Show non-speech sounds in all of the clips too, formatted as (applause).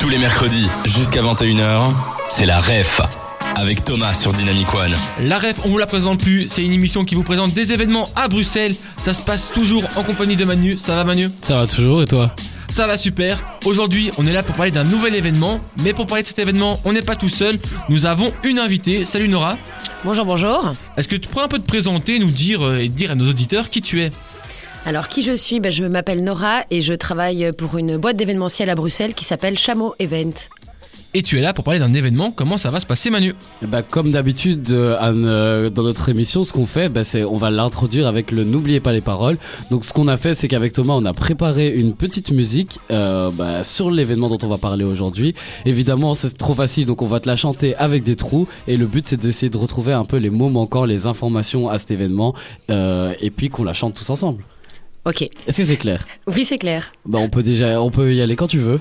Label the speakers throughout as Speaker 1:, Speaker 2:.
Speaker 1: Tous les mercredis, jusqu'à 21h, c'est la REF. Avec Thomas sur Dynamic One.
Speaker 2: La REF, on vous la présente plus, c'est une émission qui vous présente des événements à Bruxelles. Ça se passe toujours en compagnie de Manu. Ça va Manu
Speaker 3: Ça va toujours et toi
Speaker 2: Ça va super. Aujourd'hui, on est là pour parler d'un nouvel événement. Mais pour parler de cet événement, on n'est pas tout seul. Nous avons une invitée. Salut Nora.
Speaker 4: Bonjour, bonjour.
Speaker 2: Est-ce que tu pourrais un peu te présenter, nous dire euh, et dire à nos auditeurs qui tu es
Speaker 4: Alors, qui je suis Ben, Je m'appelle Nora et je travaille pour une boîte d'événementiel à Bruxelles qui s'appelle Chameau Event.
Speaker 2: Et tu es là pour parler d'un événement. Comment ça va se passer Manu
Speaker 3: bah, Comme d'habitude euh, Anne, euh, dans notre émission, ce qu'on fait, bah, c'est on va l'introduire avec le N'oubliez pas les paroles. Donc ce qu'on a fait, c'est qu'avec Thomas, on a préparé une petite musique euh, bah, sur l'événement dont on va parler aujourd'hui. Évidemment, c'est trop facile, donc on va te la chanter avec des trous. Et le but, c'est d'essayer de retrouver un peu les mots manquants, les informations à cet événement, euh, et puis qu'on la chante tous ensemble.
Speaker 4: Ok.
Speaker 3: Est-ce que c'est clair
Speaker 4: Oui, c'est clair.
Speaker 3: bah, On peut déjà, on peut y aller quand tu veux.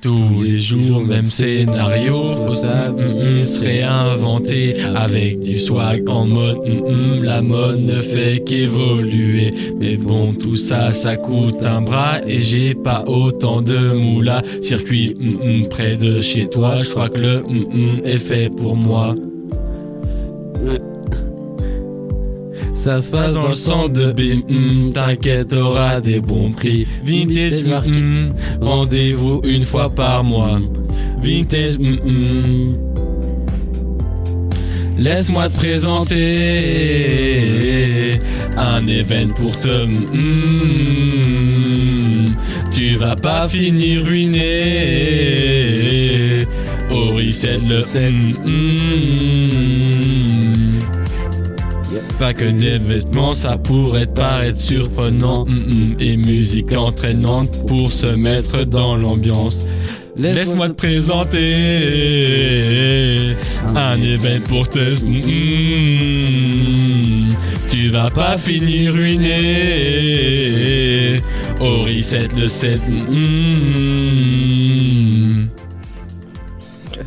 Speaker 2: Tous
Speaker 3: les jours, même scénario, faut ça, mm, mm, se
Speaker 2: réinventer
Speaker 3: avec du swag en mode,
Speaker 2: mm, la mode ne fait qu'évoluer. Mais bon, tout ça, ça coûte un bras et j'ai pas autant de moula. Circuit mm, près de chez
Speaker 3: toi, je crois
Speaker 2: que le mm, est fait pour moi.
Speaker 3: Ça se passe dans le centre de
Speaker 2: B, Hmm, t'inquiète,
Speaker 3: t'auras des bons prix. Vintage, mm,
Speaker 2: hmm, rendez-vous une fois par mois. Vintage, hmm, Laisse-moi te présenter un événement pour te. mm, Tu vas pas finir ruiné. Au reset le. mm, Pas que des vêtements, ça pourrait te paraître surprenant. mm, mm, Et musique entraînante pour se mettre dans l'ambiance. Laisse-moi te présenter un événement pour te. Mm, tu vas pas finir ruiné. Au reset le 7. mm.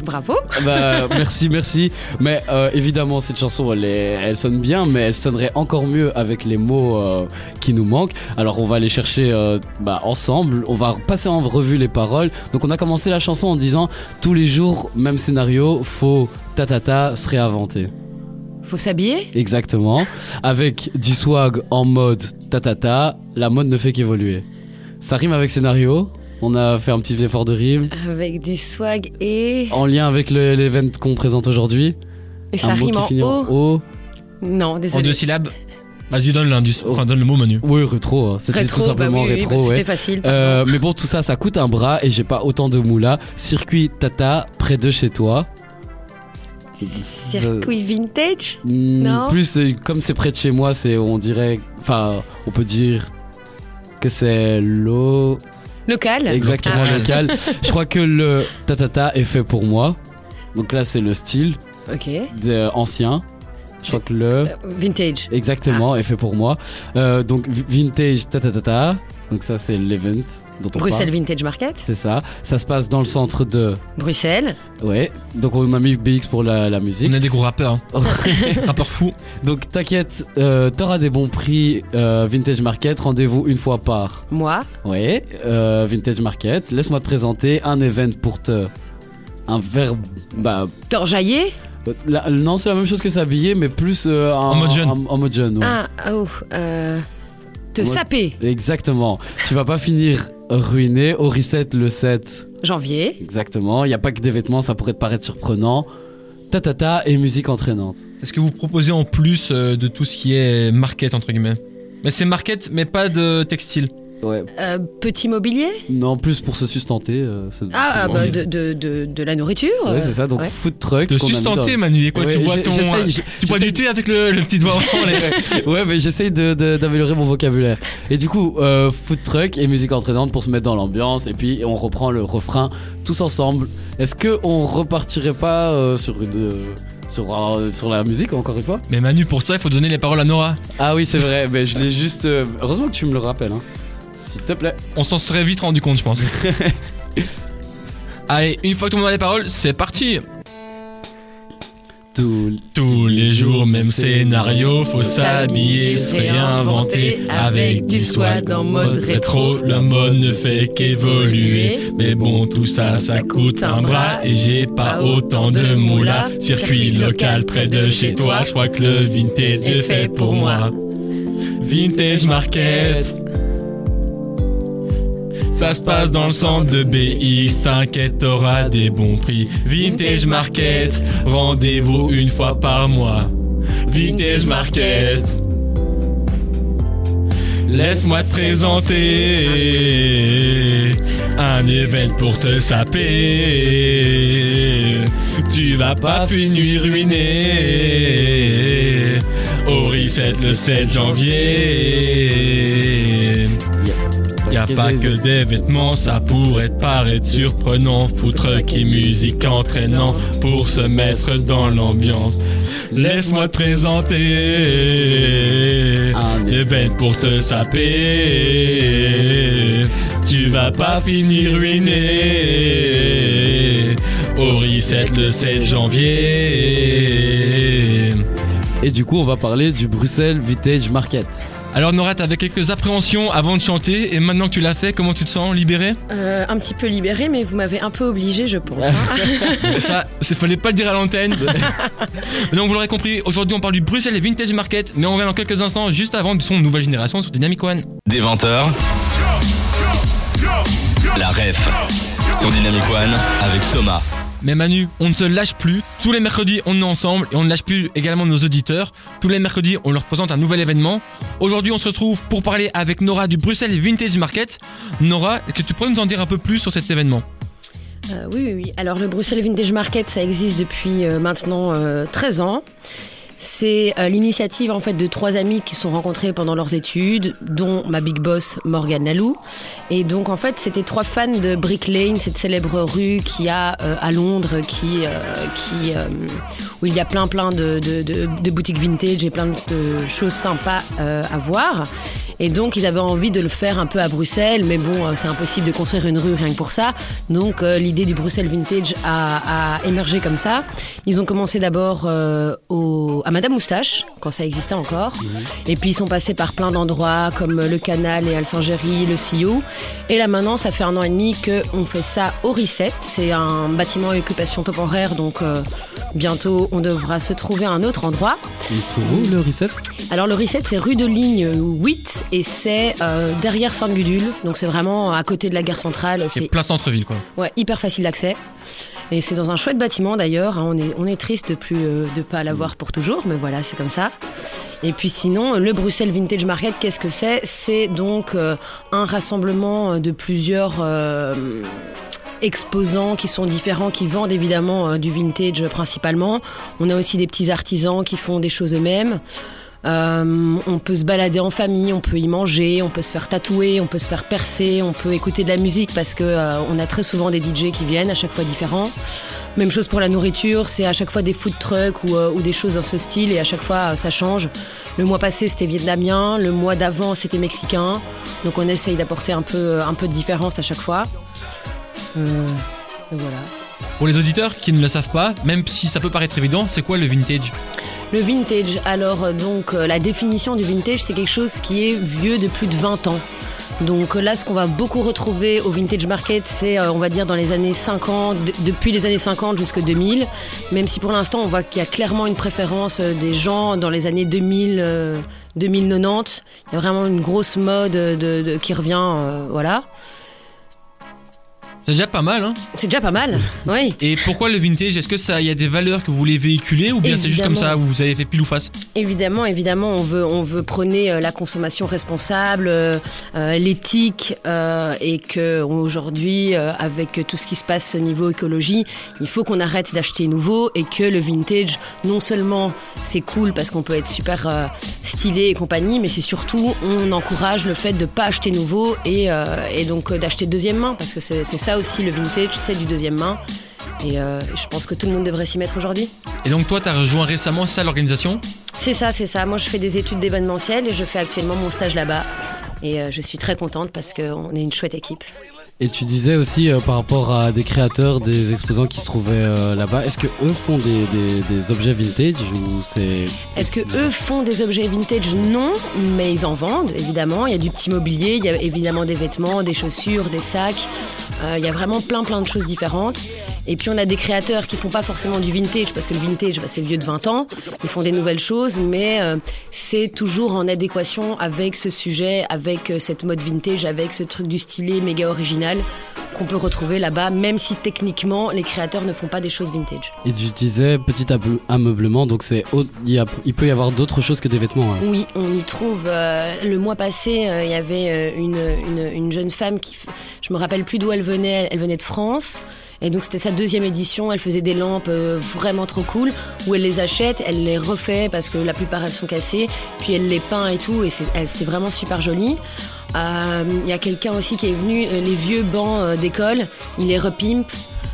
Speaker 4: Bravo.
Speaker 3: Bah, merci, merci. Mais euh, évidemment, cette chanson, elle, est- elle sonne bien, mais elle sonnerait encore mieux avec les mots euh, qui nous manquent. Alors, on va aller chercher euh, bah, ensemble. On va passer en revue les paroles. Donc, on a commencé la chanson en disant tous les jours, même scénario, faut ta ta ta se réinventer.
Speaker 4: Faut s'habiller
Speaker 3: Exactement. Avec du swag en mode ta ta ta, la mode ne fait qu'évoluer. Ça rime avec scénario. On a fait un petit effort de rime.
Speaker 4: avec du swag et.
Speaker 3: En lien avec le- l'event qu'on présente aujourd'hui.
Speaker 4: Et ça
Speaker 3: un mot
Speaker 4: rime
Speaker 3: qui
Speaker 4: en
Speaker 3: finit en
Speaker 4: haut.
Speaker 3: O.
Speaker 4: Non,
Speaker 2: En
Speaker 4: désolé.
Speaker 2: deux syllabes. Vas-y, donne l'indice. Enfin, donne le mot menu.
Speaker 3: Oui, rétro, hein. c'était
Speaker 4: Rétro,
Speaker 3: tout
Speaker 4: bah
Speaker 3: simplement
Speaker 4: oui, oui, bah
Speaker 3: rétro, ouais.
Speaker 4: C'était facile.
Speaker 3: Euh, mais bon, tout ça, ça coûte un bras et j'ai pas autant de moula. Circuit Tata, près de chez toi.
Speaker 4: Circuit vintage
Speaker 3: Hmm,
Speaker 4: Non.
Speaker 3: Plus, euh, comme c'est près de chez moi, c'est, on dirait, enfin, on peut dire que c'est l'eau
Speaker 4: Local
Speaker 3: exactement
Speaker 4: Ah.
Speaker 3: local.
Speaker 4: (laughs)
Speaker 3: Je crois que le tatata est fait pour moi. Donc là, c'est le style
Speaker 4: Ok.
Speaker 3: de- ancien. Je crois que le
Speaker 4: Euh, Vintage.
Speaker 3: exactement est fait pour moi. Euh, donc vi- vintage tatata. Donc ça, c'est l'event dont on parle.
Speaker 4: Bruxelles Vintage Market
Speaker 3: C'est ça. Ça se passe dans le centre de.
Speaker 4: Bruxelles.
Speaker 3: Ouais. Donc on m'a mis BX pour la, la musique.
Speaker 4: (laughs)
Speaker 2: On a des gros rappeurs. hein. (laughs) rappeurs fous.
Speaker 3: (laughs) Donc t'inquiète, euh, t'auras des bons prix euh, Vintage Market. Rendez-vous une fois par.
Speaker 4: Moi.
Speaker 3: Ouais. euh, Vintage Market. Laisse-moi te présenter un event pour te. Un verbe. Bah.
Speaker 4: Torjaillé
Speaker 3: euh, la- non, c'est la même chose que s'habiller, mais plus euh, en,
Speaker 2: mode jeune.
Speaker 3: En, en mode jeune, ouais.
Speaker 4: Ah, oh. euh, te
Speaker 3: Moi-
Speaker 4: saper.
Speaker 3: Exactement. tu vas pas finir ruiné au reset le 7.
Speaker 4: Janvier.
Speaker 3: Exactement. Il n'y a pas que des vêtements, ça pourrait te paraître surprenant. Tatata et musique entraînante.
Speaker 2: C'est ce que vous proposez en plus euh, de tout ce qui est market, entre guillemets. Mais c'est market, mais pas de textile.
Speaker 3: Ouais,
Speaker 4: Euh, petit mobilier
Speaker 3: Non, plus pour se sustenter. euh, c'est-
Speaker 4: Ah,
Speaker 3: c'est
Speaker 4: ah,
Speaker 3: bon.
Speaker 4: bah, de, de, de, de la nourriture
Speaker 3: Ouais, c'est ça, donc
Speaker 4: ouais.
Speaker 3: food truck.
Speaker 2: De
Speaker 3: qu'on a mis dans-
Speaker 2: sustenter, Manu. Et quoi,
Speaker 3: Ouais,
Speaker 2: tu bois
Speaker 3: j'ai-
Speaker 2: ton.
Speaker 3: j'essaye,
Speaker 2: euh,
Speaker 3: j'ai-
Speaker 2: Tu bois
Speaker 3: j'essaye-
Speaker 2: du thé avec le, le petit doigt en
Speaker 3: (laughs)
Speaker 2: l'air.
Speaker 3: Ouais, mais j'essaye de- de- d'améliorer mon vocabulaire. Et du coup, euh, food truck et musique entraînante pour se mettre dans l'ambiance. Et puis, on reprend le refrain tous ensemble. Est-ce que on repartirait pas euh, sur une. euh, Sur, un- sur la musique encore une fois
Speaker 2: Mais Manu, pour ça, il faut donner les paroles à Nora.
Speaker 3: Ah oui c'est vrai mais je l'ai juste euh, heureusement que tu me le rappelles hein. s'il te plaît
Speaker 2: On s'en serait vite rendu compte, je
Speaker 3: (laughs)
Speaker 2: pense.
Speaker 3: allez
Speaker 2: Une fois que tout le monde a les paroles, c'est parti.
Speaker 3: Tout...
Speaker 2: Tous les jours, même scénario, faut s'habiller, se réinventer. Avec du swag en mode rétro, le mode ne fait qu'évoluer. Mais bon, tout ça, ça coûte un bras et j'ai pas autant de moula. Circuit local près de chez toi, je crois que le vintage est fait pour moi. Vintage Market. Ça se passe dans le centre de BX, t'inquiète, t'auras des bons prix. Vintage Market, rendez-vous une fois par mois. Vintage Market. Laisse-moi te présenter un event pour te saper. Tu vas pas finir ruiné. Au reset le 7 janvier. Y a pas que des vêtements, ça pourrait te paraître surprenant. Foutre qui musique entraînant pour se mettre dans l'ambiance. Laisse-moi te présenter
Speaker 3: Un
Speaker 2: des bêtes pour te saper. Tu vas pas finir ruiné. Au reset le 7 janvier.
Speaker 3: Et du coup, on va parler du Bruxelles Vintage Market.
Speaker 2: Alors Nora, t'avais quelques appréhensions avant de chanter et maintenant que tu l'as fait, comment tu te sens Libéré
Speaker 4: Euh, un petit peu libérée, mais vous m'avez un peu obligée, je pense. hein.
Speaker 2: Ça, c'est fallait pas le dire à l'antenne. Donc vous l'aurez compris, aujourd'hui on parle du Bruxelles et Vintage Market, mais on revient dans quelques instants juste avant du son Nouvelle Génération sur Dynamic One.
Speaker 1: Dès 20h, la ref sur Dynamic One avec Thomas.
Speaker 2: Mais Manu, on ne se lâche plus. Tous les mercredis, on est ensemble et on ne lâche plus également nos auditeurs. Tous les mercredis, on leur présente un nouvel événement. Aujourd'hui, on se retrouve pour parler avec Nora du Bruxelles Vintage Market. Nora, est-ce que tu pourrais nous en dire un peu plus sur cet événement
Speaker 4: Euh, oui, oui, oui. Alors, le Bruxelles Vintage Market, ça existe depuis euh, maintenant euh, 13 ans. C'est euh, l'initiative en fait de trois amis qui se sont rencontrés pendant leurs études, dont ma big boss Morgane Lalou. Et donc en fait, c'était trois fans de Brick Lane, cette célèbre rue qu'il y a euh, à Londres, qui, euh, qui, euh, où il y a plein plein de, de- de- de boutiques vintage et plein de choses sympas euh, à voir. Et donc ils avaient envie de le faire un peu à Bruxelles, mais bon, euh, c'est impossible de construire une rue rien que pour ça. Donc euh, l'idée du Bruxelles Vintage a, a émergé comme ça. Ils ont commencé d'abord euh, au- à Madame Moustache, quand ça existait encore. Et puis ils sont passés par plein d'endroits comme le Canal et Alsingérie, le Sillou. Et là maintenant, ça fait un an et demi qu'on fait ça au Reset. C'est un bâtiment à occupation temporaire, donc euh, bientôt on devra se trouver un autre endroit.
Speaker 3: Il se trouve où le reset
Speaker 4: Alors le reset c'est rue de ligne 8 et c'est euh, derrière Sainte-Gudule, donc c'est vraiment à côté de la gare centrale,
Speaker 2: C'est
Speaker 4: c'est
Speaker 2: plein centre-ville quoi.
Speaker 4: ouais, hyper facile d'accès. Et c'est dans un chouette bâtiment d'ailleurs, hein, on, est, on est triste de plus euh, de pas l'avoir pour toujours, mais voilà c'est comme ça. Et puis sinon, le Bruxelles Vintage Market, qu'est-ce que c'est C'est donc euh, un rassemblement de plusieurs euh, exposants qui sont différents, qui vendent évidemment euh, du vintage principalement. On a aussi des petits artisans qui font des choses eux-mêmes. Euh, on peut se balader en famille, on peut y manger, on peut se faire tatouer, on peut se faire percer, on peut écouter de la musique parce que euh, on a très souvent des DJ qui viennent à chaque fois différents. Même chose pour la nourriture, c'est à chaque fois des food trucks ou, euh, ou des choses dans ce style et à chaque fois euh, ça change. Le mois passé c'était vietnamien, le mois d'avant c'était mexicain, donc on essaye d'apporter un peu, un peu de différence à chaque fois. Euh, et voilà.
Speaker 2: Pour les auditeurs qui ne le savent pas, même si ça peut paraître évident, c'est quoi le vintage
Speaker 4: Le vintage, alors euh, donc euh, la définition du vintage, c'est quelque chose qui est vieux de plus de 20 ans. Donc euh, là, ce qu'on va beaucoup retrouver au vintage market, c'est euh, on va dire dans les années 50, de- depuis les années 50 jusqu'à 2000. Même si pour l'instant, on voit qu'il y a clairement une préférence euh, des gens dans les années 2000, euh, 2090. Il y a vraiment une grosse mode euh, de, de- qui revient, euh, voilà.
Speaker 2: C'est déjà pas mal hein
Speaker 4: C'est déjà pas mal, oui.
Speaker 2: Et pourquoi le vintage Est-ce que ça, il y a des valeurs que vous voulez véhiculer ou bien c'est juste comme ça,
Speaker 4: Évidemment.
Speaker 2: vous avez fait pile ou face
Speaker 4: Évidemment, évidemment, on veut, on veut prôner euh, la consommation responsable, euh, euh, l'éthique, euh, et que aujourd'hui, euh, avec tout ce qui se passe au niveau écologie, il faut qu'on arrête d'acheter nouveau et que le vintage, non seulement c'est cool parce qu'on peut être super euh, stylé et compagnie, mais c'est surtout on encourage le fait de pas acheter nouveau et, euh, et donc euh, d'acheter deuxième main parce que c'est c'est ça aussi le vintage, c'est du deuxième main. Et euh, je pense que tout le monde devrait s'y mettre aujourd'hui.
Speaker 2: Et donc toi, t'as rejoint récemment ça l'organisation
Speaker 4: C'est ça, c'est ça. Moi, je fais des études d'événementiel et je fais actuellement mon stage là-bas. Et euh, je suis très contente parce qu'on est une chouette équipe.
Speaker 3: Et tu disais aussi euh, par rapport à des créateurs, des exposants qui se trouvaient euh, là-bas, est-ce que eux font des, des- des objets vintage ou c'est
Speaker 4: Est-ce que eux font des objets vintage Non, mais ils en vendent, évidemment. Il y a du petit mobilier, il y a évidemment des vêtements, des chaussures, des sacs. Euh, il y a vraiment plein, plein de choses différentes. Et puis, on a des créateurs qui font pas forcément du vintage, parce que le vintage, bah, c'est vieux de 20 ans. Ils font des nouvelles choses, mais euh, c'est toujours en adéquation avec ce sujet, avec euh, cette mode vintage, avec ce truc du stylé méga original qu'on peut retrouver là-bas, même si techniquement, les créateurs ne font pas des choses vintage.
Speaker 3: Et tu disais petit ame- ameublement, donc c'est au- il, y a- il peut y avoir d'autres choses que des vêtements. hein.
Speaker 4: Oui, on y trouve. euh, le mois passé, euh, il y avait euh, une, une- une jeune femme qui, f- je me rappelle plus d'où elle venait. Elle, elle venait de France, et donc c'était sa deuxième édition. Elle faisait des lampes euh, vraiment trop cool, où elle les achète, elle les refait parce que la plupart elles sont cassées, puis elle les peint et tout, et c'est- elle- c'était vraiment super joli. Euh, Il y a quelqu'un aussi qui est venu, euh, les vieux bancs euh, d'école, il les repimpe.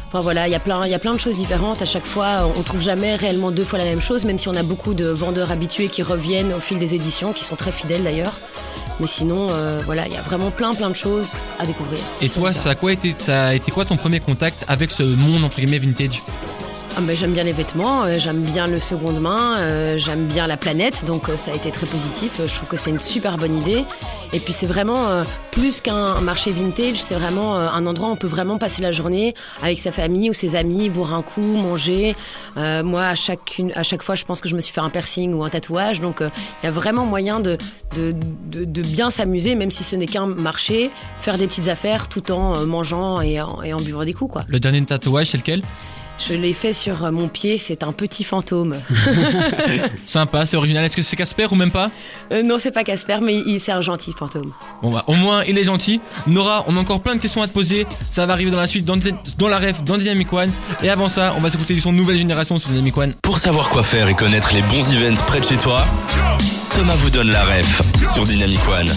Speaker 4: Enfin voilà, il y, a plein, il y a plein de choses différentes. À chaque fois, on trouve jamais réellement deux fois la même chose, même si on a beaucoup de vendeurs habitués qui reviennent au fil des éditions, qui sont très fidèles d'ailleurs. Mais sinon, euh, voilà, il y a vraiment plein plein de choses à découvrir.
Speaker 2: Et
Speaker 4: sur
Speaker 2: toi,
Speaker 4: le
Speaker 2: ça a, quoi été, ça a été quoi ton premier contact avec ce monde entre guillemets vintage
Speaker 4: Ah ben, j'aime bien les vêtements, euh, j'aime bien le seconde main, euh, j'aime bien la planète, donc euh, ça a été très positif. Euh, Je trouve que c'est une super bonne idée. Et puis c'est vraiment euh, plus qu'un marché vintage, c'est vraiment euh, un endroit où on peut vraiment passer la journée avec sa famille ou ses amis, boire un coup, manger. Euh, moi, à, chacune, à chaque fois, je pense que je me suis fait un piercing ou un tatouage, donc euh, il y a vraiment moyen de, de, de- de bien s'amuser, même si ce n'est qu'un marché, faire des petites affaires tout en euh, mangeant et en, et en buvant des coups, quoi.
Speaker 2: Le dernier tatouage, c'est lequel
Speaker 4: Je l'ai fait sur euh, mon pied, c'est un petit fantôme.
Speaker 2: Sympa, c'est original. Est-ce que c'est Casper ou même pas
Speaker 4: Euh, non, c'est pas Casper, mais il, c'est un gentil fantôme.
Speaker 2: Bon bah au moins il est gentil. Nora, on a encore plein de questions à te poser. Ça va arriver dans la suite, dans, dans la ref, dans Dynamic One. Et avant ça, on va s'écouter du son Nouvelle Génération sur Dynamic One.
Speaker 1: Pour savoir quoi faire et connaître les bons events près de chez toi, Thomas vous donne la ref sur Dynamic One.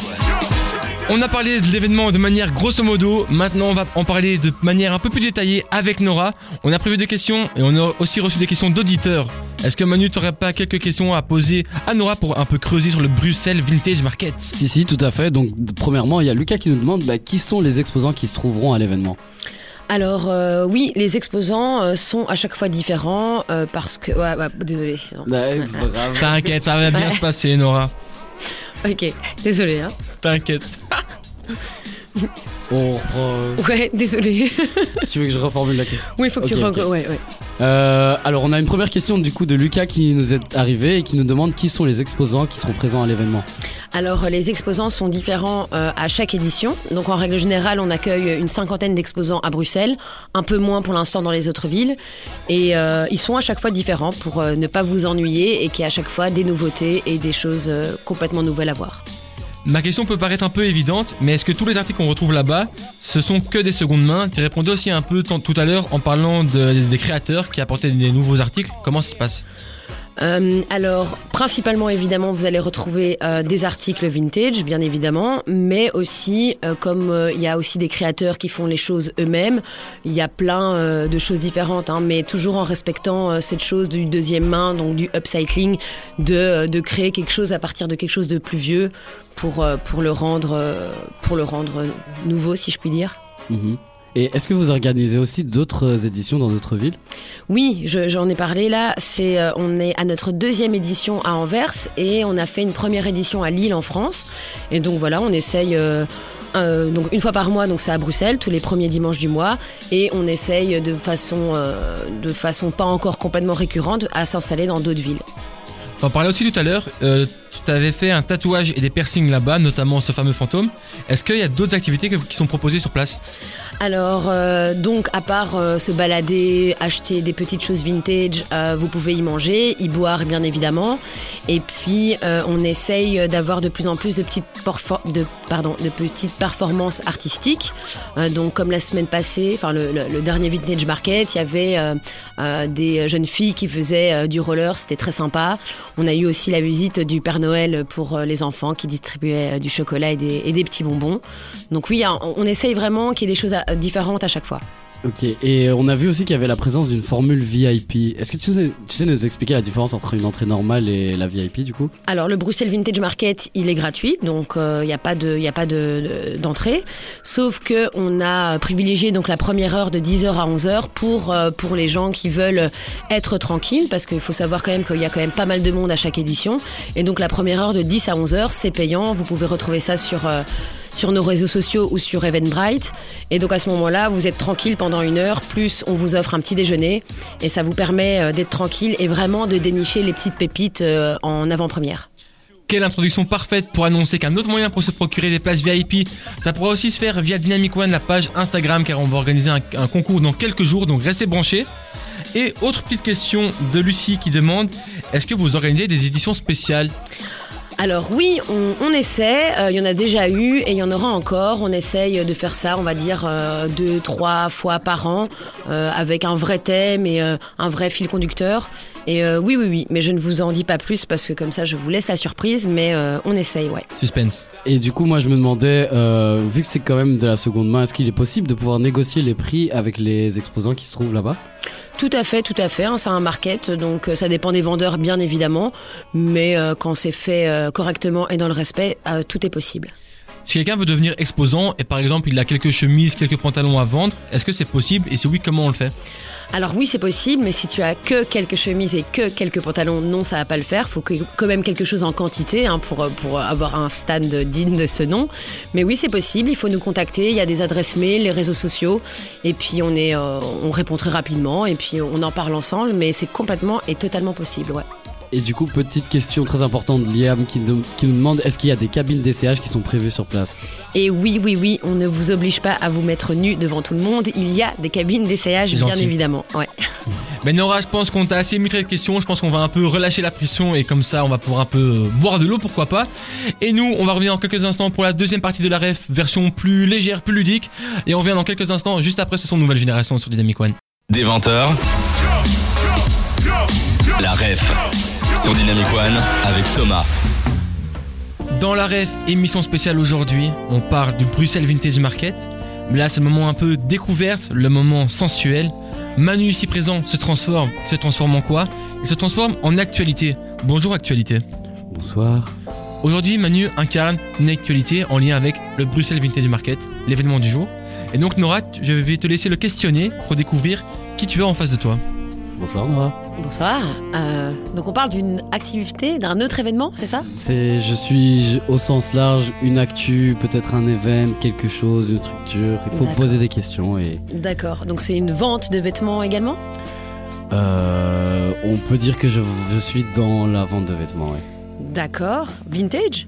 Speaker 2: On a parlé de l'événement de manière grosso modo. Maintenant, on va en parler de manière un peu plus détaillée avec Nora. On a prévu des questions et on a aussi reçu des questions d'auditeurs. Est-ce que Manu, t'aurais pas quelques questions à poser à Nora pour un peu creuser sur le Bruxelles Vintage Market
Speaker 3: Si, si, tout à fait. Donc, d- premièrement, il y a Lucas qui nous demande bah, qui sont les exposants qui se trouveront à l'événement.
Speaker 4: Alors euh, oui, les exposants euh, sont à chaque fois différents euh, parce que... Ouais, ouais, désolé.
Speaker 2: T'inquiète, ça (laughs) va bien
Speaker 4: Ouais.
Speaker 2: se passer, Nora.
Speaker 4: Ok, désolé. Hein.
Speaker 2: T'inquiète.
Speaker 3: On reprend, euh,
Speaker 4: Ouais, (laughs) désolé.
Speaker 3: tu veux que je reformule la question
Speaker 4: oui, il faut que
Speaker 3: Ok,
Speaker 4: tu...
Speaker 3: ok.
Speaker 4: re- Ouais, ouais.
Speaker 3: Euh, Alors, on a une première question du coup de Lucas qui nous est arrivée et qui nous demande qui sont les exposants qui seront présents à l'événement.
Speaker 4: Alors, euh, les exposants sont différents euh, à chaque édition. Donc, en règle générale, on accueille une cinquantaine d'exposants à Bruxelles, un peu moins pour l'instant dans les autres villes. Et euh, ils sont à chaque fois différents pour euh, ne pas vous ennuyer et qu'il y a à chaque fois des nouveautés et des choses euh, complètement nouvelles à voir.
Speaker 2: Ma question peut paraître un peu évidente, mais est-ce que tous les articles qu'on retrouve là-bas, ce sont que des secondes mains Tu répondais aussi un peu tant- tout à l'heure en parlant de- des créateurs qui apportaient des nouveaux articles. Comment ça se passe
Speaker 4: Euh, alors, principalement, évidemment, vous allez retrouver euh, des articles vintage, bien évidemment, mais aussi, euh, comme euh, il y a aussi des créateurs qui font les choses eux-mêmes, il y a plein euh, de choses différentes, hein, mais toujours en respectant euh, cette chose du deuxième main, donc du upcycling, de, euh, de créer quelque chose à partir de quelque chose de plus vieux pour, euh, pour, le, rendre, euh, pour le rendre nouveau, si je puis dire.
Speaker 3: Mhm. Et est-ce que vous organisez aussi d'autres éditions dans d'autres villes
Speaker 4: Oui, je- j'en ai parlé là. C'est, euh, on est à notre deuxième édition à Anvers et on a fait une première édition à Lille en France. Et donc voilà, on essaye. euh, euh, donc une fois par mois, donc c'est à Bruxelles, tous les premiers dimanches du mois, et on essaye de façon, euh, de façon pas encore complètement récurrente à s'installer dans d'autres villes.
Speaker 2: On parlait aussi tout à l'heure, euh, tu t'avais fait un tatouage et des piercings là-bas, notamment ce fameux fantôme. Est-ce qu'il y a d'autres activités que- qui sont proposées sur place
Speaker 4: Alors, euh, donc, à part euh, se balader, acheter des petites choses vintage, euh, vous pouvez y manger, y boire, bien évidemment. Et puis, euh, on essaye d'avoir de plus en plus de petites, porfo- de, pardon, de petites performances artistiques. Euh, donc, comme la semaine passée, enfin, le, le- le dernier vintage market, il y avait euh, euh, des jeunes filles qui faisaient euh, du roller, c'était très sympa. On a eu aussi la visite du Père Noël pour euh, les enfants qui distribuait euh, du hein, chocolat et des- et des petits bonbons. Donc oui, on on essaye vraiment qu'il y ait des choses à- euh, différentes à chaque fois.
Speaker 3: Ok, et on a vu aussi qu'il y avait la présence d'une formule VIP. Est-ce que tu sais, tu sais nous expliquer la différence entre une entrée normale et la VIP du coup
Speaker 4: Alors le Bruxelles Vintage Market, il est gratuit, donc il euh, n'y a pas de, y a pas de, de- d'entrée. Sauf que on a privilégié donc la première heure de 10h à 11h pour, euh, pour les gens qui veulent être tranquilles, parce qu'il faut savoir quand même qu'il y a quand même pas mal de monde à chaque édition. Et donc la première heure de 10 à 11h, c'est payant. Vous pouvez retrouver ça sur, euh, sur nos réseaux sociaux ou sur Eventbrite. Et donc à ce moment-là, vous êtes tranquille pendant une heure, plus on vous offre un petit déjeuner. Et ça vous permet euh, d'être tranquille et vraiment de dénicher les petites pépites euh, en avant-première.
Speaker 2: Quelle introduction parfaite pour annoncer qu'un autre moyen pour se procurer des places VIP, ça pourra aussi se faire via Dynamic One, la page Instagram, car on va organiser un, un concours dans quelques jours, donc restez branchés. Et autre petite question de Lucie qui demande, est-ce que vous organisez des éditions spéciales
Speaker 4: Alors oui, on, on essaie. Euh, Il y en a déjà eu et il y en aura encore. On essaye de faire ça, on va dire, euh, deux, trois fois par an, euh, avec un vrai thème et euh, un vrai fil conducteur. Et euh, oui, oui, oui. Mais je ne vous en dis pas plus parce que comme ça, je vous laisse la surprise. Mais euh, on essaye, ouais.
Speaker 2: Suspense.
Speaker 3: Et du coup, moi je me demandais, euh, vu que c'est quand même de la seconde main, est-ce qu'il est possible de pouvoir négocier les prix avec les exposants qui se trouvent là-bas
Speaker 4: Tout à fait, tout à fait. hein, c'est un market, donc euh, ça dépend des vendeurs, bien évidemment. Mais euh, quand c'est fait euh, correctement et dans le respect, euh, tout est possible.
Speaker 2: Si quelqu'un veut devenir exposant et par exemple il a quelques chemises, quelques pantalons à vendre, est-ce que c'est possible Et si oui, comment on le fait
Speaker 4: Alors oui, c'est possible, mais si tu as que quelques chemises et que quelques pantalons, non, ça va pas le faire. Faut que- quand même quelque chose en quantité hein, pour, euh, pour avoir un stand digne de ce nom. Mais oui, c'est possible. Il faut nous contacter. Il y a des adresses mail, les réseaux sociaux, et puis on est, euh, on répond très rapidement, et puis on en parle ensemble. Mais c'est complètement et totalement possible, ouais.
Speaker 3: Et du coup, petite question très importante de Liam qui, nous- qui nous demande, est-ce qu'il y a des cabines DCH qui sont prévues sur place
Speaker 4: Et oui, oui, oui, on ne vous oblige pas à vous mettre nu devant tout le monde. Il y a des cabines d'essayage,
Speaker 2: C'est
Speaker 4: bien
Speaker 2: gentil.
Speaker 4: évidemment. Ouais.
Speaker 2: Mais Ben Nora, je pense qu'on t'a assez mutré de questions, je pense qu'on va un peu relâcher la pression et comme ça on va pouvoir un peu euh, boire de l'eau, pourquoi pas. Et nous, on va revenir dans quelques instants pour la deuxième partie de la ref, version plus légère, plus ludique. Et on revient dans quelques instants, juste après ce son Nouvelle Génération sur Dynamic One.
Speaker 1: Des 20h, la ref sur Dynamic One avec Thomas.
Speaker 2: Dans la ref, émission spéciale aujourd'hui, on parle du Bruxelles Vintage Market. Mais là, c'est le moment un peu découverte, le moment sensuel. Manu, ici présent, se transforme. Se transforme en quoi Il se transforme en actualité. Bonjour actualité.
Speaker 3: Bonsoir.
Speaker 2: Aujourd'hui, Manu incarne une actualité en lien avec le Bruxelles Vintage Market, l'événement du jour. Et donc, Nora, tu- je vais te laisser le questionner pour découvrir qui tu as en face de (laughs) toi.
Speaker 3: Bonsoir Nora.
Speaker 4: Bonsoir. Euh, donc on parle d'une activité, d'un autre événement, c'est ça
Speaker 3: C'est, je suis au sens large, une actu, peut-être un événement, quelque chose, une structure. Il faut
Speaker 4: D'accord.
Speaker 3: poser des questions et
Speaker 4: D'accord. Donc c'est une vente de vêtements également
Speaker 3: euh, on peut dire que je, je suis dans la vente de vêtements, ouais.
Speaker 4: D'accord. Vintage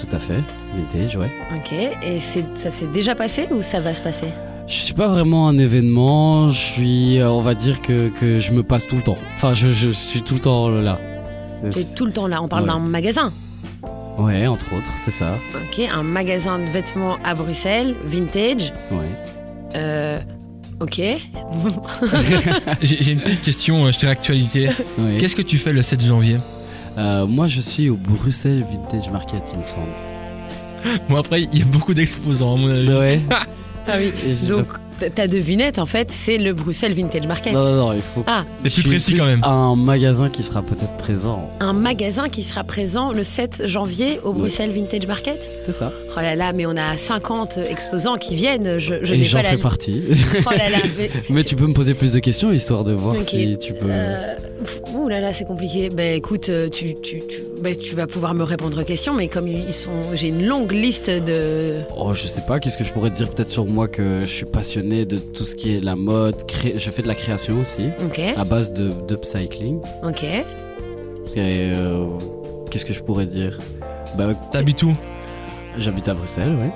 Speaker 3: Tout à fait, vintage, ouais.
Speaker 4: Ok. Et c'est- ça s'est déjà passé ou ça va se passer
Speaker 3: Je suis pas vraiment un événement, je suis, euh, on va dire que, que je me passe tout le temps. Enfin, je, je suis tout le temps là.
Speaker 4: T'es tout le temps là. On parle
Speaker 3: Ouais.
Speaker 4: d'un magasin.
Speaker 3: Ouais, entre autres, c'est ça.
Speaker 4: Ok. Un magasin de vêtements à Bruxelles, vintage.
Speaker 3: Ouais.
Speaker 4: Euh, ok. (laughs)
Speaker 2: J'ai j'ai une petite question, euh, je dirais actualité.
Speaker 3: Ouais.
Speaker 2: Qu'est-ce que tu fais le 7 (laughs) janvier
Speaker 3: Euh, moi, je suis au Bruxelles Vintage Market, il me semble.
Speaker 2: Bon, après, il y a beaucoup d'exposants, à mon avis.
Speaker 4: (laughs)
Speaker 3: Ouais.
Speaker 4: Ah oui.
Speaker 3: Et je-
Speaker 4: Donc t- ta devinette en fait, c'est le Bruxelles Vintage Market.
Speaker 3: Non, non, non, il faut.
Speaker 4: Ah,
Speaker 2: C'est
Speaker 3: Je
Speaker 2: plus
Speaker 3: suis
Speaker 2: précis quand même.
Speaker 3: Un magasin qui sera peut-être présent.
Speaker 4: un magasin qui sera présent le 7 janvier au
Speaker 3: Oui.
Speaker 4: Bruxelles Vintage Market.
Speaker 3: C'est ça.
Speaker 4: Oh là là, mais on a 50 exposants qui viennent. Je, je
Speaker 3: Et
Speaker 4: n'ai
Speaker 3: j'en
Speaker 4: pas la.
Speaker 3: fais
Speaker 4: (laughs)
Speaker 3: partie. (laughs)
Speaker 4: Oh là là, mais-
Speaker 3: Mais tu peux me poser plus de questions histoire de voir
Speaker 4: Ok.
Speaker 3: si tu peux.
Speaker 4: euh, pff, ouh là là, c'est compliqué. Ben écoute, euh, tu, tu, tu, ben, tu vas pouvoir me répondre aux questions, mais comme ils sont, j'ai une longue liste de.
Speaker 3: Oh, je sais pas, qu'est-ce que je pourrais te dire peut-être sur moi que je suis passionné de tout ce qui est la mode. cré- Je fais de la création aussi,
Speaker 4: Ok,
Speaker 3: à base de d'upcycling.
Speaker 4: ok.
Speaker 3: Et, euh, Qu'est-ce que je pourrais dire Bah,
Speaker 2: T'habites où
Speaker 3: j'habite à Bruxelles, ouais.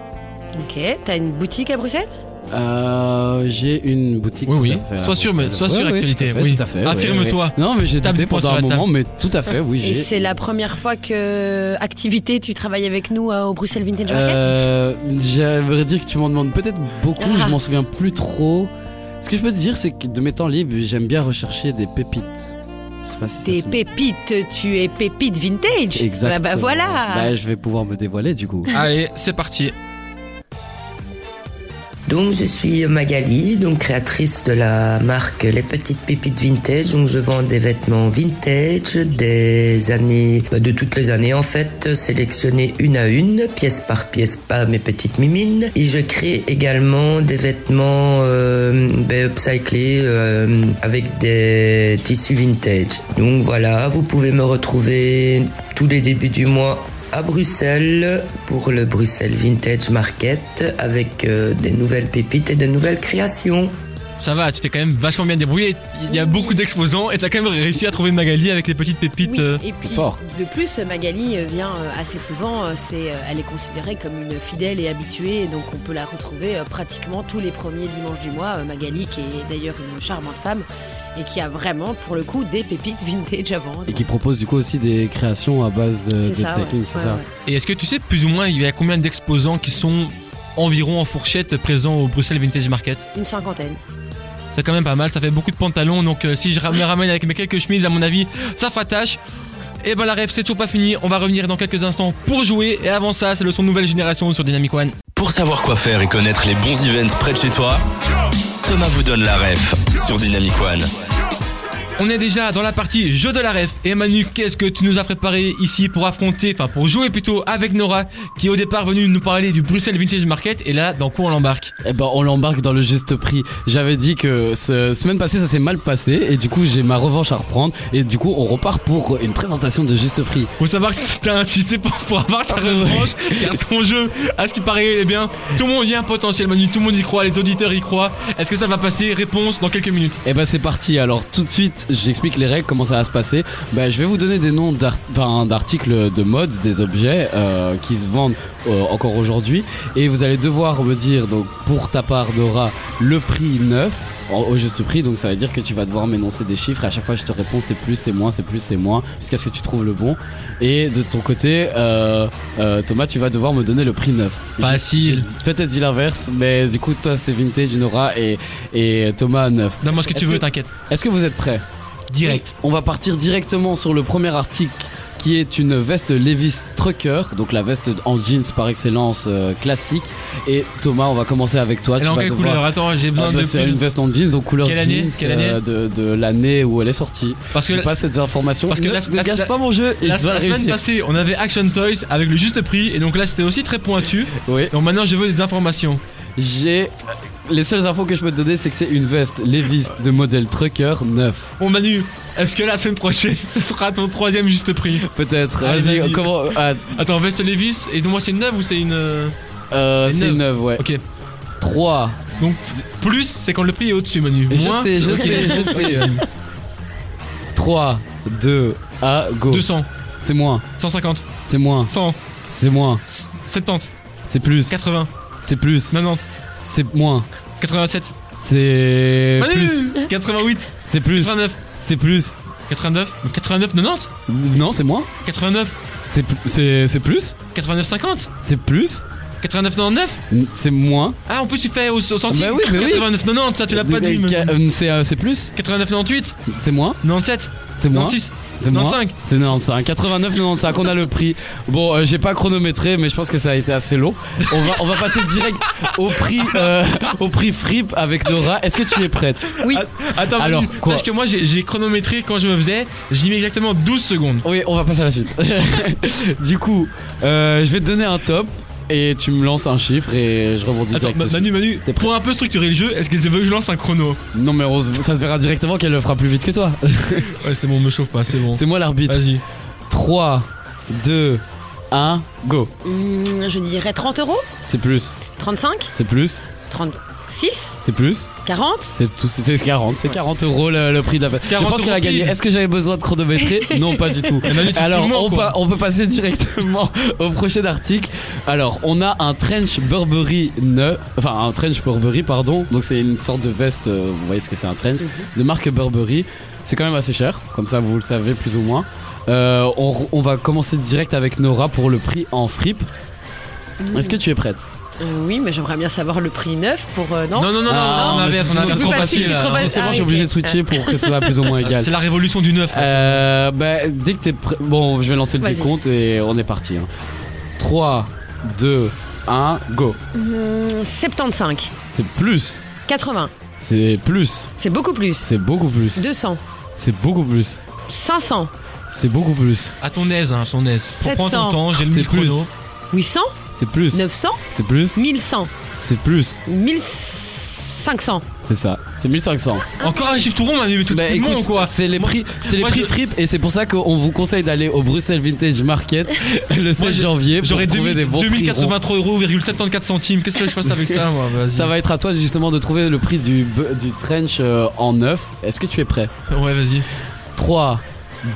Speaker 4: Ok, t'as une boutique à Bruxelles
Speaker 3: Euh, j'ai une boutique.
Speaker 2: Oui,
Speaker 3: tout
Speaker 2: oui.
Speaker 3: à fait à
Speaker 2: Sois sûr,
Speaker 3: Bruxelles.
Speaker 2: mais- sois sûr,
Speaker 3: Ouais, ouais,
Speaker 2: actualité,
Speaker 3: tout à fait,
Speaker 2: oui.
Speaker 3: Tout à fait. ouais,
Speaker 2: Affirme-toi.
Speaker 3: ouais. Non, mais j'ai
Speaker 2: Tape
Speaker 3: douté
Speaker 2: des points
Speaker 3: pendant un
Speaker 2: sur la
Speaker 3: moment, mais tout à fait, oui.
Speaker 4: Et
Speaker 3: j'ai-
Speaker 4: c'est la première fois que activité tu travailles avec nous euh, au Bruxelles Vintage Market
Speaker 3: Euh, J'aimerais dire que tu m'en demandes peut-être beaucoup,
Speaker 4: Ah.
Speaker 3: je m'en souviens plus trop. Ce que je peux te dire, c'est que de mes temps libres, j'aime bien rechercher des pépites. Je sais pas si ça
Speaker 4: T'es
Speaker 3: se-
Speaker 4: pépite, tu es pépite vintage.
Speaker 3: Exactement.
Speaker 4: Bah, bah voilà.
Speaker 3: Bah, je vais pouvoir me dévoiler du coup.
Speaker 2: Allez, c'est parti.
Speaker 5: Donc je suis Magali, donc créatrice de la marque Les Petites Pépites Vintage. Donc je vends des vêtements vintage des années, bah, de toutes les années en fait, sélectionnés une à une, pièce par pièce par mes petites mimines. Et je crée également des vêtements euh, bah, upcyclés euh, avec des tissus vintage. Donc voilà, vous pouvez me retrouver tous les débuts du mois à Bruxelles pour le Bruxelles Vintage Market avec euh, des nouvelles pépites et des nouvelles créations.
Speaker 2: Ça va, tu t'es quand même vachement bien débrouillé. Il y a beaucoup d'exposants et t'as quand même réussi à trouver Magali avec les petites pépites.
Speaker 4: Oui,
Speaker 2: euh.
Speaker 4: et puis,
Speaker 3: fort.
Speaker 4: de plus, Magali vient euh, assez souvent. euh, C'est, euh, elle est considérée comme une fidèle et habituée, donc on peut la retrouver euh, pratiquement tous les premiers dimanches du mois. Euh, Magali, qui est d'ailleurs une charmante femme et qui a vraiment, pour le coup, des pépites vintage à vendre.
Speaker 3: Et qui propose du coup aussi des créations à base de
Speaker 4: C'est
Speaker 3: de
Speaker 4: ça, ouais.
Speaker 3: upcycling, c'est
Speaker 4: Ouais,
Speaker 3: ça
Speaker 4: ouais.
Speaker 2: Et est-ce que tu sais plus ou moins il y a combien d'exposants qui sont environ en fourchette présents au Bruxelles Vintage Market
Speaker 4: Une cinquantaine.
Speaker 2: C'est quand même pas mal, ça fait beaucoup de pantalons, donc euh, si je ram- me ramène avec mes quelques chemises, à mon avis, ça fera tâche. Et ben la rêve, c'est toujours pas fini, on va revenir dans quelques instants pour jouer, et avant ça, c'est le son nouvelle génération sur Dynamic One.
Speaker 1: Pour savoir quoi faire et connaître les bons events près de chez toi, Thomas vous donne la ref sur Dynamic One.
Speaker 2: On est déjà dans la partie jeu de la ref. Et Manu, qu'est-ce que tu nous as préparé ici pour affronter, enfin pour jouer plutôt avec Nora, qui est au départ venue nous parler du Bruxelles Vintage Market, et là, dans quoi on l'embarque
Speaker 3: Eh ben, on l'embarque dans le juste prix. J'avais dit que ce semaine passée, ça s'est mal passé et du coup, j'ai ma revanche à reprendre et du coup, on repart pour une présentation de juste prix.
Speaker 2: Faut savoir que t'as insisté pour, pour avoir
Speaker 3: Ah,
Speaker 2: ta revanche, car ton jeu, à ce qui paraît, eh bien, tout le monde y a un potentiel, Manu, tout le monde y croit, les auditeurs y croient. Est-ce que ça va passer Réponse dans quelques minutes.
Speaker 3: Eh ben, c'est parti. Alors, tout de suite, j'explique les règles, comment ça va se passer. Ben, je vais vous donner des noms d'art- enfin, d'articles de mode, des objets euh, qui se vendent euh, encore aujourd'hui et vous allez devoir me dire donc pour ta part Dora le prix neuf en- au juste prix donc ça veut dire que tu vas devoir m'énoncer des chiffres et à chaque fois je te réponds c'est plus c'est moins c'est plus c'est moins jusqu'à ce que tu trouves le bon et de ton côté euh, euh, Thomas tu vas devoir me donner le prix neuf J'ai-
Speaker 2: Facile.
Speaker 3: j'ai peut-être dit l'inverse mais du coup toi c'est vintage Nora et, et Thomas neuf
Speaker 2: Non, moi, ce que tu
Speaker 3: Est-ce
Speaker 2: veux,
Speaker 3: que-
Speaker 2: t'inquiète.
Speaker 3: est-ce que vous êtes prêts
Speaker 2: Direct.
Speaker 3: on va partir directement sur le premier article qui est une veste Levis Trucker, donc la veste en jeans par excellence euh, classique. Et Thomas, on va commencer avec toi.
Speaker 2: Elle est
Speaker 3: tu
Speaker 2: en
Speaker 3: vas
Speaker 2: quelle
Speaker 3: devoir-
Speaker 2: couleur Attends, j'ai
Speaker 3: Ah,
Speaker 2: besoin
Speaker 3: bah,
Speaker 2: de
Speaker 3: c'est
Speaker 2: plus-
Speaker 3: une veste en jeans, donc couleur
Speaker 2: Quelle année
Speaker 3: jeans
Speaker 2: Quelle année
Speaker 3: euh, de, de l'année où elle est sortie.
Speaker 2: Parce que
Speaker 3: J'ai pas cette information.
Speaker 2: parce que
Speaker 3: ne,
Speaker 2: la-
Speaker 3: ne
Speaker 2: la-
Speaker 3: gâche
Speaker 2: la-
Speaker 3: pas mon jeu. Et
Speaker 2: La,
Speaker 3: je dois
Speaker 2: la semaine
Speaker 3: réussir.
Speaker 2: passée, on avait Action Toys avec le juste prix, et donc là c'était aussi très pointu.
Speaker 3: Oui.
Speaker 2: Donc maintenant je veux des informations.
Speaker 3: J'ai les seules infos que je peux te donner, c'est que c'est une veste Levis de modèle Trucker neuf.
Speaker 2: Bon Manu, est-ce que la semaine prochaine (laughs) ce sera ton troisième juste prix
Speaker 3: Peut-être.
Speaker 2: Allez,
Speaker 3: Vas-y.
Speaker 2: vas-y.
Speaker 3: comment ah,
Speaker 2: Attends, veste Levis, et donc moi c'est une neuve ou c'est une. euh,
Speaker 3: euh,
Speaker 2: Et
Speaker 3: C'est
Speaker 2: neuf.
Speaker 3: neuf, ouais.
Speaker 2: Ok.
Speaker 3: 3
Speaker 2: Donc plus c'est quand le prix est au-dessus Manu.
Speaker 3: Je
Speaker 2: Moins,
Speaker 3: sais, je
Speaker 2: ok.
Speaker 3: sais, je sais. 3, 2, 1, go.
Speaker 2: 200,
Speaker 3: C'est moins,
Speaker 2: 150,
Speaker 3: c'est moins,
Speaker 2: 100,
Speaker 3: c'est moins,
Speaker 2: 70,
Speaker 3: c'est plus,
Speaker 2: 80,
Speaker 3: c'est plus,
Speaker 2: 90,
Speaker 3: c'est moins,
Speaker 2: 87,
Speaker 3: c'est
Speaker 2: Manu,
Speaker 3: plus,
Speaker 2: 88,
Speaker 3: c'est plus,
Speaker 2: 89,
Speaker 3: c'est plus.
Speaker 2: 89, donc 89, 90,
Speaker 3: Non, c'est moins,
Speaker 2: 89,
Speaker 3: c'est pl- c'est c'est plus,
Speaker 2: 89, 50,
Speaker 3: c'est plus,
Speaker 2: 89, 99.
Speaker 3: c'est moins.
Speaker 2: Ah, en plus, tu fais au, au centime.
Speaker 3: Bah oui, mais oui.
Speaker 2: 89, 90, ça, tu l'as pas dit. mais-
Speaker 3: Euh, C'est euh, c'est plus,
Speaker 2: 89, 98,
Speaker 3: c'est moins,
Speaker 2: 97,
Speaker 3: c'est moins,
Speaker 2: 96,
Speaker 3: c'est moins.
Speaker 2: 95.
Speaker 3: C'est 95, 89, 95, on a le prix. Bon, euh, j'ai pas chronométré, mais je pense que ça a été assez long. On va, on va passer direct au prix, euh, au prix Fripp avec Nora. Est-ce que tu es prête Ah,
Speaker 2: Attends,
Speaker 3: Alors,
Speaker 2: Manu,
Speaker 3: quoi
Speaker 2: sache que moi, j'ai j'ai chronométré quand je me faisais. J'y mets exactement 12 secondes.
Speaker 3: Oui, on va passer à la suite. (laughs) du coup, euh, je vais te donner un top et tu me lances un chiffre et je rebondis
Speaker 2: Attends,
Speaker 3: direct
Speaker 2: Ma-
Speaker 3: dessus.
Speaker 2: Manu, Manu,
Speaker 3: T'es prêt
Speaker 2: pour un peu structurer le jeu, est-ce que tu veux que je lance un chrono
Speaker 3: Non, mais on se- ça se verra directement qu'elle le fera plus vite que toi.
Speaker 2: Ouais, c'est bon, me chauffe pas, c'est bon.
Speaker 3: C'est moi l'arbitre.
Speaker 2: Vas-y.
Speaker 3: 3, 2, 1, go.
Speaker 4: Hum, je dirais 30 euros
Speaker 3: C'est plus,
Speaker 4: 35
Speaker 3: c'est plus,
Speaker 4: 36
Speaker 3: c'est plus.
Speaker 4: 40
Speaker 3: C'est tout, c'est c'est 40, c'est 40 euros le, le prix de la fête. Je
Speaker 2: 40
Speaker 3: pense qu'elle a
Speaker 2: euros
Speaker 3: gagné.
Speaker 2: pile.
Speaker 3: Est-ce que j'avais besoin
Speaker 2: (laughs)
Speaker 3: de chronométrer Non, pas du tout.
Speaker 2: Mais Manu, tu te
Speaker 3: Alors,
Speaker 2: fous de moi,
Speaker 3: on,
Speaker 2: quoi.
Speaker 3: pa- on peut passer directement (laughs) au prochain article. Alors, on a un trench Burberry neuf, enfin un trench Burberry, pardon. Donc, c'est une sorte de veste, euh, vous voyez ce que c'est un trench,
Speaker 2: Mhm.
Speaker 3: de marque Burberry. C'est quand même assez cher, comme ça vous le savez plus ou moins. Euh, on, r- on va commencer direct avec Nora pour le prix en fripe.
Speaker 2: Mm.
Speaker 3: Est-ce que tu es prête
Speaker 4: Euh, oui, mais j'aimerais bien savoir le prix neuf pour. euh, non
Speaker 2: Non, non, non,
Speaker 3: Ah,
Speaker 2: non, on
Speaker 3: mais
Speaker 2: inverse,
Speaker 3: c'est-
Speaker 2: on
Speaker 3: c'est
Speaker 2: inverse.
Speaker 3: trop hein.
Speaker 2: Trop facile.
Speaker 4: facile, c'est
Speaker 2: là.
Speaker 4: trop facile.
Speaker 3: Forcément,
Speaker 4: ah,
Speaker 3: je suis
Speaker 4: ok.
Speaker 3: obligé de switcher pour que ce soit plus ou moins égal.
Speaker 2: (laughs) C'est la révolution du neuf. là.
Speaker 3: Euh, bah, dès que t'es prêt. Bon, je vais lancer le
Speaker 4: Vas-y.
Speaker 3: décompte et on est parti. 3, 2, 1, go.
Speaker 4: Hum, 75,
Speaker 3: C'est plus.
Speaker 4: 80,
Speaker 3: C'est plus.
Speaker 4: c'est beaucoup plus.
Speaker 3: C'est beaucoup plus.
Speaker 4: 200,
Speaker 3: C'est beaucoup plus.
Speaker 4: 500,
Speaker 3: C'est beaucoup plus.
Speaker 2: À ton aise, hein, son aise. Prends
Speaker 4: 700.
Speaker 2: ton temps, j'ai le
Speaker 3: C'est
Speaker 2: mille chrono.
Speaker 3: plus.
Speaker 4: 800,
Speaker 3: C'est plus.
Speaker 4: 900,
Speaker 3: C'est plus.
Speaker 4: 1100,
Speaker 3: C'est plus.
Speaker 4: 1500.
Speaker 3: C'est ça. C'est 1500.
Speaker 2: Encore un chiffre tout rond, mais mais tout
Speaker 3: Bah,
Speaker 2: le monde,
Speaker 3: écoute,
Speaker 2: quoi.
Speaker 3: c'est les
Speaker 2: Moi-
Speaker 3: prix, c'est les
Speaker 2: moi,
Speaker 3: prix
Speaker 2: je-
Speaker 3: frip et c'est pour ça qu'on vous conseille d'aller au Bruxelles Vintage
Speaker 2: (laughs)
Speaker 3: Market le 16
Speaker 2: je-
Speaker 3: janvier pour
Speaker 2: Eh, J'aurais 2000
Speaker 3: trouver des bons prix ronds.
Speaker 2: 2083 euros, 74 centimes. Qu'est-ce que je fasse avec ça, moi Vas-y.
Speaker 3: Ça va être à toi justement de trouver le prix du, be- du trench euh, en neuf. Est-ce que tu es prêt
Speaker 2: Ouais, vas-y.
Speaker 3: 3,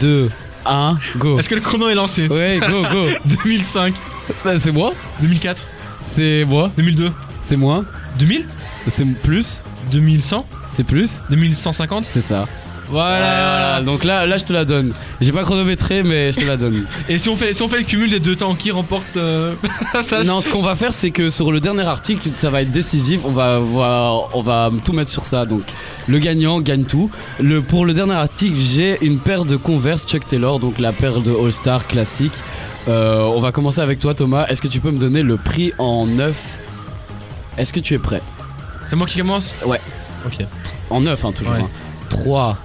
Speaker 3: 2, 1, go.
Speaker 2: Est-ce que le chrono est lancé
Speaker 3: Ouais, go, go.
Speaker 2: 2005,
Speaker 3: (laughs) Bah, c'est moi
Speaker 2: 2004,
Speaker 3: C'est moi
Speaker 2: 2002,
Speaker 3: C'est moins
Speaker 2: 2000,
Speaker 3: C'est plus
Speaker 2: 2100,
Speaker 3: C'est plus
Speaker 2: 2150.
Speaker 3: C'est ça. Voilà, donc là, là je te la donne. J'ai pas chronométré, mais je te la donne.
Speaker 2: Et si on fait, si on fait le cumul des deux temps, qui remporte euh, (laughs) ça
Speaker 3: non, ce qu'on va faire, c'est que sur le dernier article, ça va être décisif. On va, voir- on va tout mettre sur ça. Donc, le gagnant gagne tout. Le, pour le dernier article, j'ai une paire de Converse Chuck Taylor, donc la paire de All Star classique. Euh, on va commencer avec toi, Thomas. Est-ce que tu peux me donner le prix en neuf Est-ce que tu es prêt
Speaker 2: C'est moi qui commence
Speaker 3: Ouais.
Speaker 2: Ok.
Speaker 3: En neuf, hein, toujours.
Speaker 2: Ouais.
Speaker 3: 3,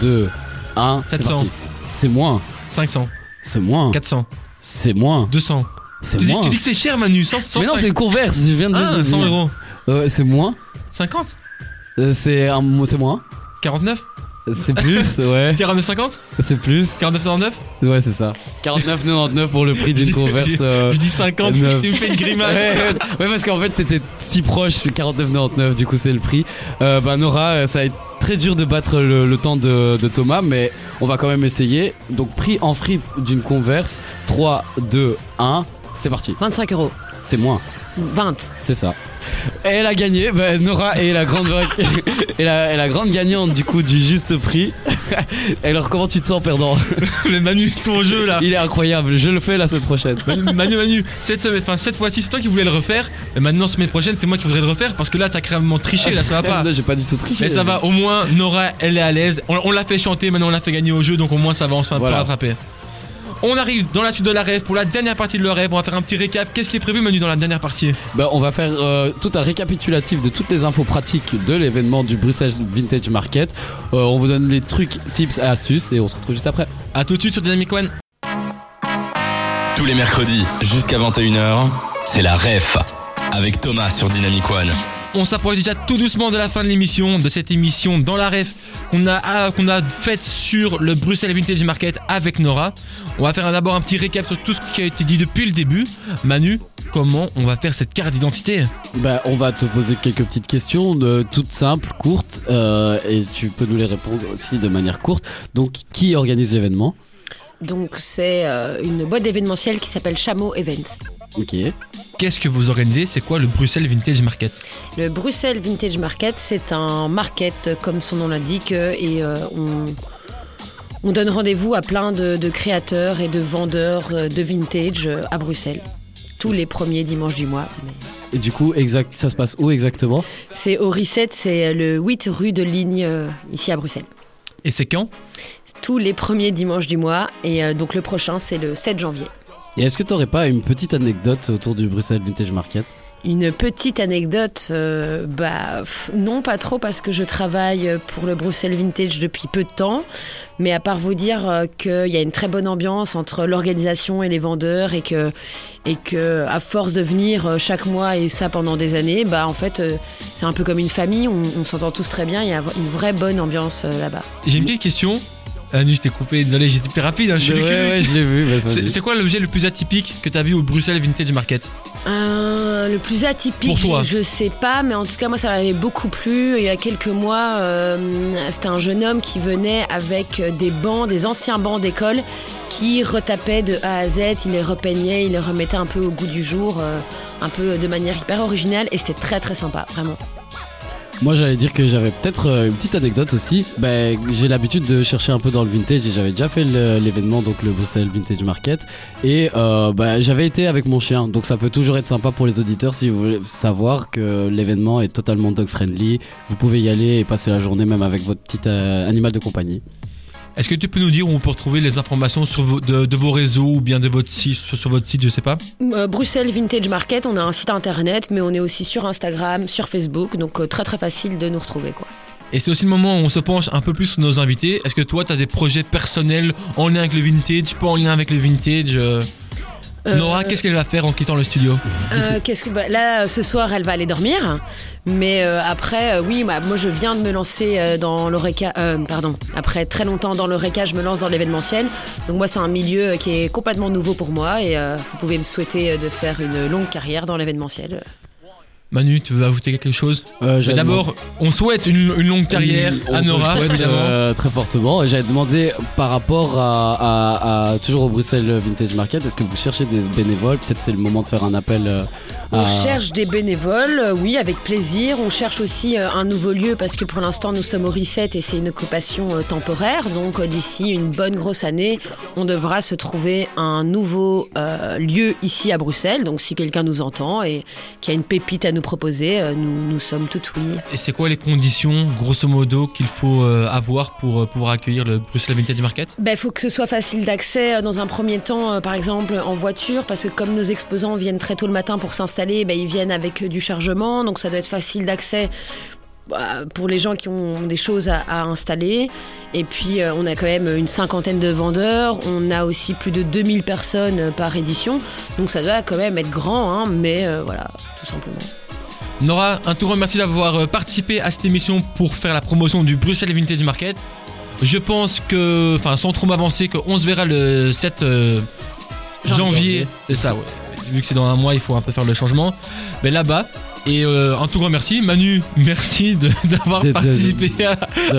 Speaker 3: 2, 1.
Speaker 2: 700.
Speaker 3: C'est moins.
Speaker 2: 500,
Speaker 3: C'est moins.
Speaker 2: 400,
Speaker 3: C'est moins.
Speaker 2: 200.
Speaker 3: C'est
Speaker 2: Tu dis,
Speaker 3: moins. hein.
Speaker 2: tu dis que c'est cher, Manu 100, 100
Speaker 3: Mais non, c'est Converse. Je viens de. le dire.
Speaker 2: 100 Ah, euros.
Speaker 3: Euh, c'est moins.
Speaker 2: 50,
Speaker 3: Euh, c'est un, c'est moins.
Speaker 2: 49,
Speaker 3: C'est (laughs) plus, ouais.
Speaker 2: 49, 50,
Speaker 3: C'est plus.
Speaker 2: 49, 99.
Speaker 3: Ouais, c'est ça. 49,99 pour le prix d'une Converse. euh,
Speaker 2: Je dis 50,
Speaker 3: neuf.
Speaker 2: tu me fais une grimace.
Speaker 3: Ouais, ouais, ouais, parce qu'en fait t'étais si proche, 49,99 du coup c'est le prix. Euh, bah Nora, euh, ça va être très dur de battre le, le temps de, de Thomas, mais on va quand même essayer. Donc prix en fripe d'une Converse, 3, 2, 1, c'est parti.
Speaker 4: 25 euros,
Speaker 3: C'est moins,
Speaker 4: 20.
Speaker 3: c'est ça. Et elle a gagné, bah, Nora est la, grande... (laughs) est, la, est la grande gagnante du coup du juste prix. (laughs) Alors comment tu te sens perdant
Speaker 2: (laughs) Mais Manu, ton jeu là.
Speaker 3: Il est incroyable, je le fais la semaine prochaine.
Speaker 2: Manu, (laughs) Manu, Manu, cette semaine, enfin cette fois-ci, c'est toi qui voulais le refaire. Et maintenant, semaine prochaine, c'est moi qui voudrais le refaire parce que là, t'as carrément triché, là, ça va pas.
Speaker 3: (laughs) Non, J'ai pas du tout triché.
Speaker 2: Mais ça va, au moins, Nora, elle est à l'aise. On, on l'a fait chanter, maintenant on l'a fait gagner au jeu, donc au moins, ça va, on se fait un peu
Speaker 3: Voilà.
Speaker 2: rattraper. On arrive dans la suite de la rêve pour la dernière partie de la rêve. On va faire un petit récap. Qu'est-ce qui est prévu, Manu, dans la dernière partie
Speaker 3: Bah, on va faire euh, tout un récapitulatif de toutes les infos pratiques de l'événement du Bruxelles Vintage Market. Euh, on vous donne les trucs, tips et astuces et on se retrouve juste après.
Speaker 2: À tout de suite sur Dynamic One.
Speaker 1: Tous les mercredis jusqu'à 21h, c'est la ref avec Thomas sur Dynamic One.
Speaker 2: On s'approche déjà tout doucement de la fin de l'émission, de cette émission dans la ref qu'on a, ah, qu'on a faite sur le Bruxelles Vintage Market avec Nora. On va faire d'abord un petit récap sur tout ce qui a été dit depuis le début. Manu, comment on va faire cette carte d'identité
Speaker 3: Bah, on va te poser quelques petites questions, euh, toutes simples, courtes, euh, et tu peux nous les répondre aussi de manière courte. Donc, qui organise l'événement
Speaker 4: Donc c'est euh, une boîte d'événementiel qui s'appelle Chameau Event.
Speaker 3: Ok.
Speaker 2: Qu'est-ce que vous organisez C'est quoi le Bruxelles Vintage Market
Speaker 4: Le Bruxelles Vintage Market, c'est un market euh, comme son nom l'indique euh, et euh, on, on donne rendez-vous à plein de, de créateurs et de vendeurs euh, de vintage euh, à Bruxelles tous les premiers dimanches du mois. Mais
Speaker 3: Et du coup, exact, ça se passe où exactement
Speaker 4: C'est au Reset, c'est euh, le 8 rue de Ligne euh, ici à Bruxelles.
Speaker 2: Et c'est quand
Speaker 4: Tous les premiers dimanches du mois et euh, donc le prochain c'est le 7 janvier.
Speaker 3: Et est-ce que t'aurais pas une petite anecdote autour du Bruxelles Vintage Market
Speaker 4: Une petite anecdote, euh, bah pff, non pas trop parce que je travaille pour le Bruxelles Vintage depuis peu de temps, mais à part vous dire euh, qu'il y a une très bonne ambiance entre l'organisation et les vendeurs et que et que à force de venir euh, chaque mois et ça pendant des années, bah en fait euh, c'est un peu comme une famille, on, on s'entend tous très bien, il y a une vraie bonne ambiance euh, là-bas.
Speaker 2: J'ai une petite question. Ah, Manu, je t'ai coupé, désolé, j'étais plus rapide, hein, je suis
Speaker 3: Ouais,
Speaker 2: le cul.
Speaker 3: ouais, je l'ai vu. bah, vas-y.
Speaker 2: C'est- C'est quoi l'objet le plus atypique que t'as vu au Bruxelles Vintage Market
Speaker 4: Euh, le plus atypique,
Speaker 2: Pour toi.
Speaker 4: Je, je sais pas, mais en tout cas moi ça m'avait beaucoup plu. Il y a quelques mois, euh, c'était un jeune homme qui venait avec des bancs, des anciens bancs d'école, qui retapait de A à Z, il les repeignait, il les remettait un peu au goût du jour, euh, un peu de manière hyper originale, et c'était très très sympa, vraiment.
Speaker 3: Moi j'allais dire que j'avais peut-être euh, une petite anecdote aussi. Ben, j'ai l'habitude de chercher un peu dans le vintage et j'avais déjà fait le- l'événement donc le Bruxelles Vintage Market et euh, ben, j'avais été avec mon chien donc ça peut toujours être sympa pour les auditeurs si vous voulez savoir que l'événement est totalement dog friendly. Vous pouvez y aller et passer la journée même avec votre petit euh, animal de compagnie.
Speaker 2: Est-ce que tu peux nous dire où on peut retrouver les informations sur vos, de, de, vos réseaux ou bien de votre site, sur, sur votre site, je sais pas
Speaker 4: euh, Bruxelles Vintage Market, on a un site internet, mais on est aussi sur Instagram, sur Facebook, donc euh, très très facile de nous retrouver quoi.
Speaker 2: Et c'est aussi le moment où on se penche un peu plus sur nos invités. Est-ce que toi, tu as des projets personnels en lien avec le vintage, pas en lien avec le vintage euh... Nora, qu'est-ce qu'elle va faire en quittant le studio
Speaker 4: euh, qu'est-ce que, bah, Là, ce soir, elle va aller dormir. Mais euh, après, euh, oui, bah, moi, je viens de me lancer euh, dans l'oreca. euh, pardon. Après très longtemps dans l'oreca, je me lance dans l'événementiel. Donc moi, c'est un milieu euh, qui est complètement nouveau pour moi. Et euh, vous pouvez me souhaiter de faire une longue carrière dans l'événementiel.
Speaker 2: Manu, tu veux ajouter quelque chose euh, D'abord, on souhaite une, une longue carrière
Speaker 3: on
Speaker 2: à Nora,
Speaker 3: souhaite, euh, très fortement. J'avais demandé par rapport à, à, à, toujours au Bruxelles Vintage Market, est-ce que vous cherchez des bénévoles Peut-être c'est le moment de faire un appel. euh, À...
Speaker 4: On
Speaker 3: Ah.
Speaker 4: cherche des bénévoles, euh, oui, avec plaisir. On cherche aussi euh, un nouveau lieu parce que pour l'instant nous sommes au reset et c'est une occupation euh, temporaire. Donc euh, d'ici une bonne grosse année, on devra se trouver un nouveau euh, lieu ici à Bruxelles. Donc si quelqu'un nous entend et qui a une pépite à nous proposer, euh, nous, nous sommes tout oui.
Speaker 2: Et c'est quoi les conditions, grosso modo, qu'il faut euh, avoir pour pouvoir accueillir le Bruxelles Vintage Market
Speaker 4: Il ben, faut que ce soit facile d'accès euh, dans un premier temps, par exemple en voiture, parce que comme nos exposants viennent très tôt le matin pour s'installer, ben, ils viennent avec du chargement, donc ça doit être facile d'accès bah, pour les gens qui ont des choses à, à installer. Et puis, euh, on a quand même une cinquantaine de vendeurs. On a aussi plus de 2000 personnes euh, par édition. Donc, ça doit quand même être grand, hein, mais euh, voilà, tout simplement.
Speaker 2: Nora, un tout grand merci d'avoir euh, participé à cette émission pour faire la promotion du Bruxelles Vintage Market. Je pense que, enfin, sans trop m'avancer, qu'on se verra le 7 euh, janvier. janvier. C'est ça, ouais. Vu que c'est dans un mois, il faut un peu faire le changement. Mais là-bas, et euh, un tout grand merci. Manu, (laughs) merci d'avoir participé de, de, de,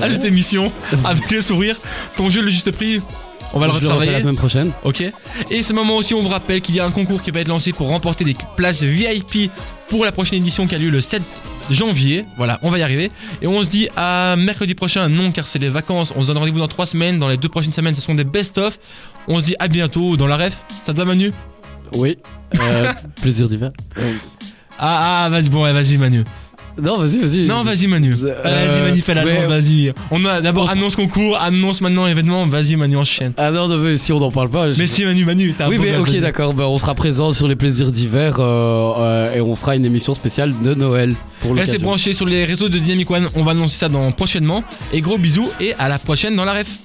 Speaker 2: à, à cette émission avec le sourire. Ton jeu, le juste prix. On va le
Speaker 3: Je
Speaker 2: retravailler
Speaker 3: la semaine prochaine.
Speaker 2: Ok. Et ce moment aussi, on vous rappelle qu'il y a un concours qui va être lancé pour remporter des places VIP pour la prochaine édition qui a lieu le 7 janvier. Voilà, on va y arriver. Et on se dit à mercredi prochain. Non, car c'est les vacances. On se donne rendez-vous dans trois semaines. Dans les deux prochaines semaines, ce sont des best-of. On se dit à bientôt dans la ref. Ça te va, Manu
Speaker 3: Oui.
Speaker 2: (laughs)
Speaker 3: Euh, plaisir d'y faire.
Speaker 2: Ah, ah vas-y, bon, vas-y, Manu.
Speaker 3: Non, vas-y, vas-y.
Speaker 2: Non, vas-y, Manu. Euh, vas-y, Manu, fais la ouais, vas-y. On a d'abord annonce concours, annonce maintenant événement, vas-y, Manu, enchaîne.
Speaker 3: Ah non, non, mais si on n'en parle pas.
Speaker 2: Je... Mais si, Manu, Manu, t'as
Speaker 3: Oui, mais ok, d'accord, bah, on sera présent sur les plaisirs d'hiver euh, euh, et on fera une émission spéciale de Noël pour
Speaker 2: Eh,
Speaker 3: le
Speaker 2: Restez branchés sur les réseaux de Dynamic One, on va annoncer ça dans prochainement. Et gros bisous et à la prochaine dans la ref.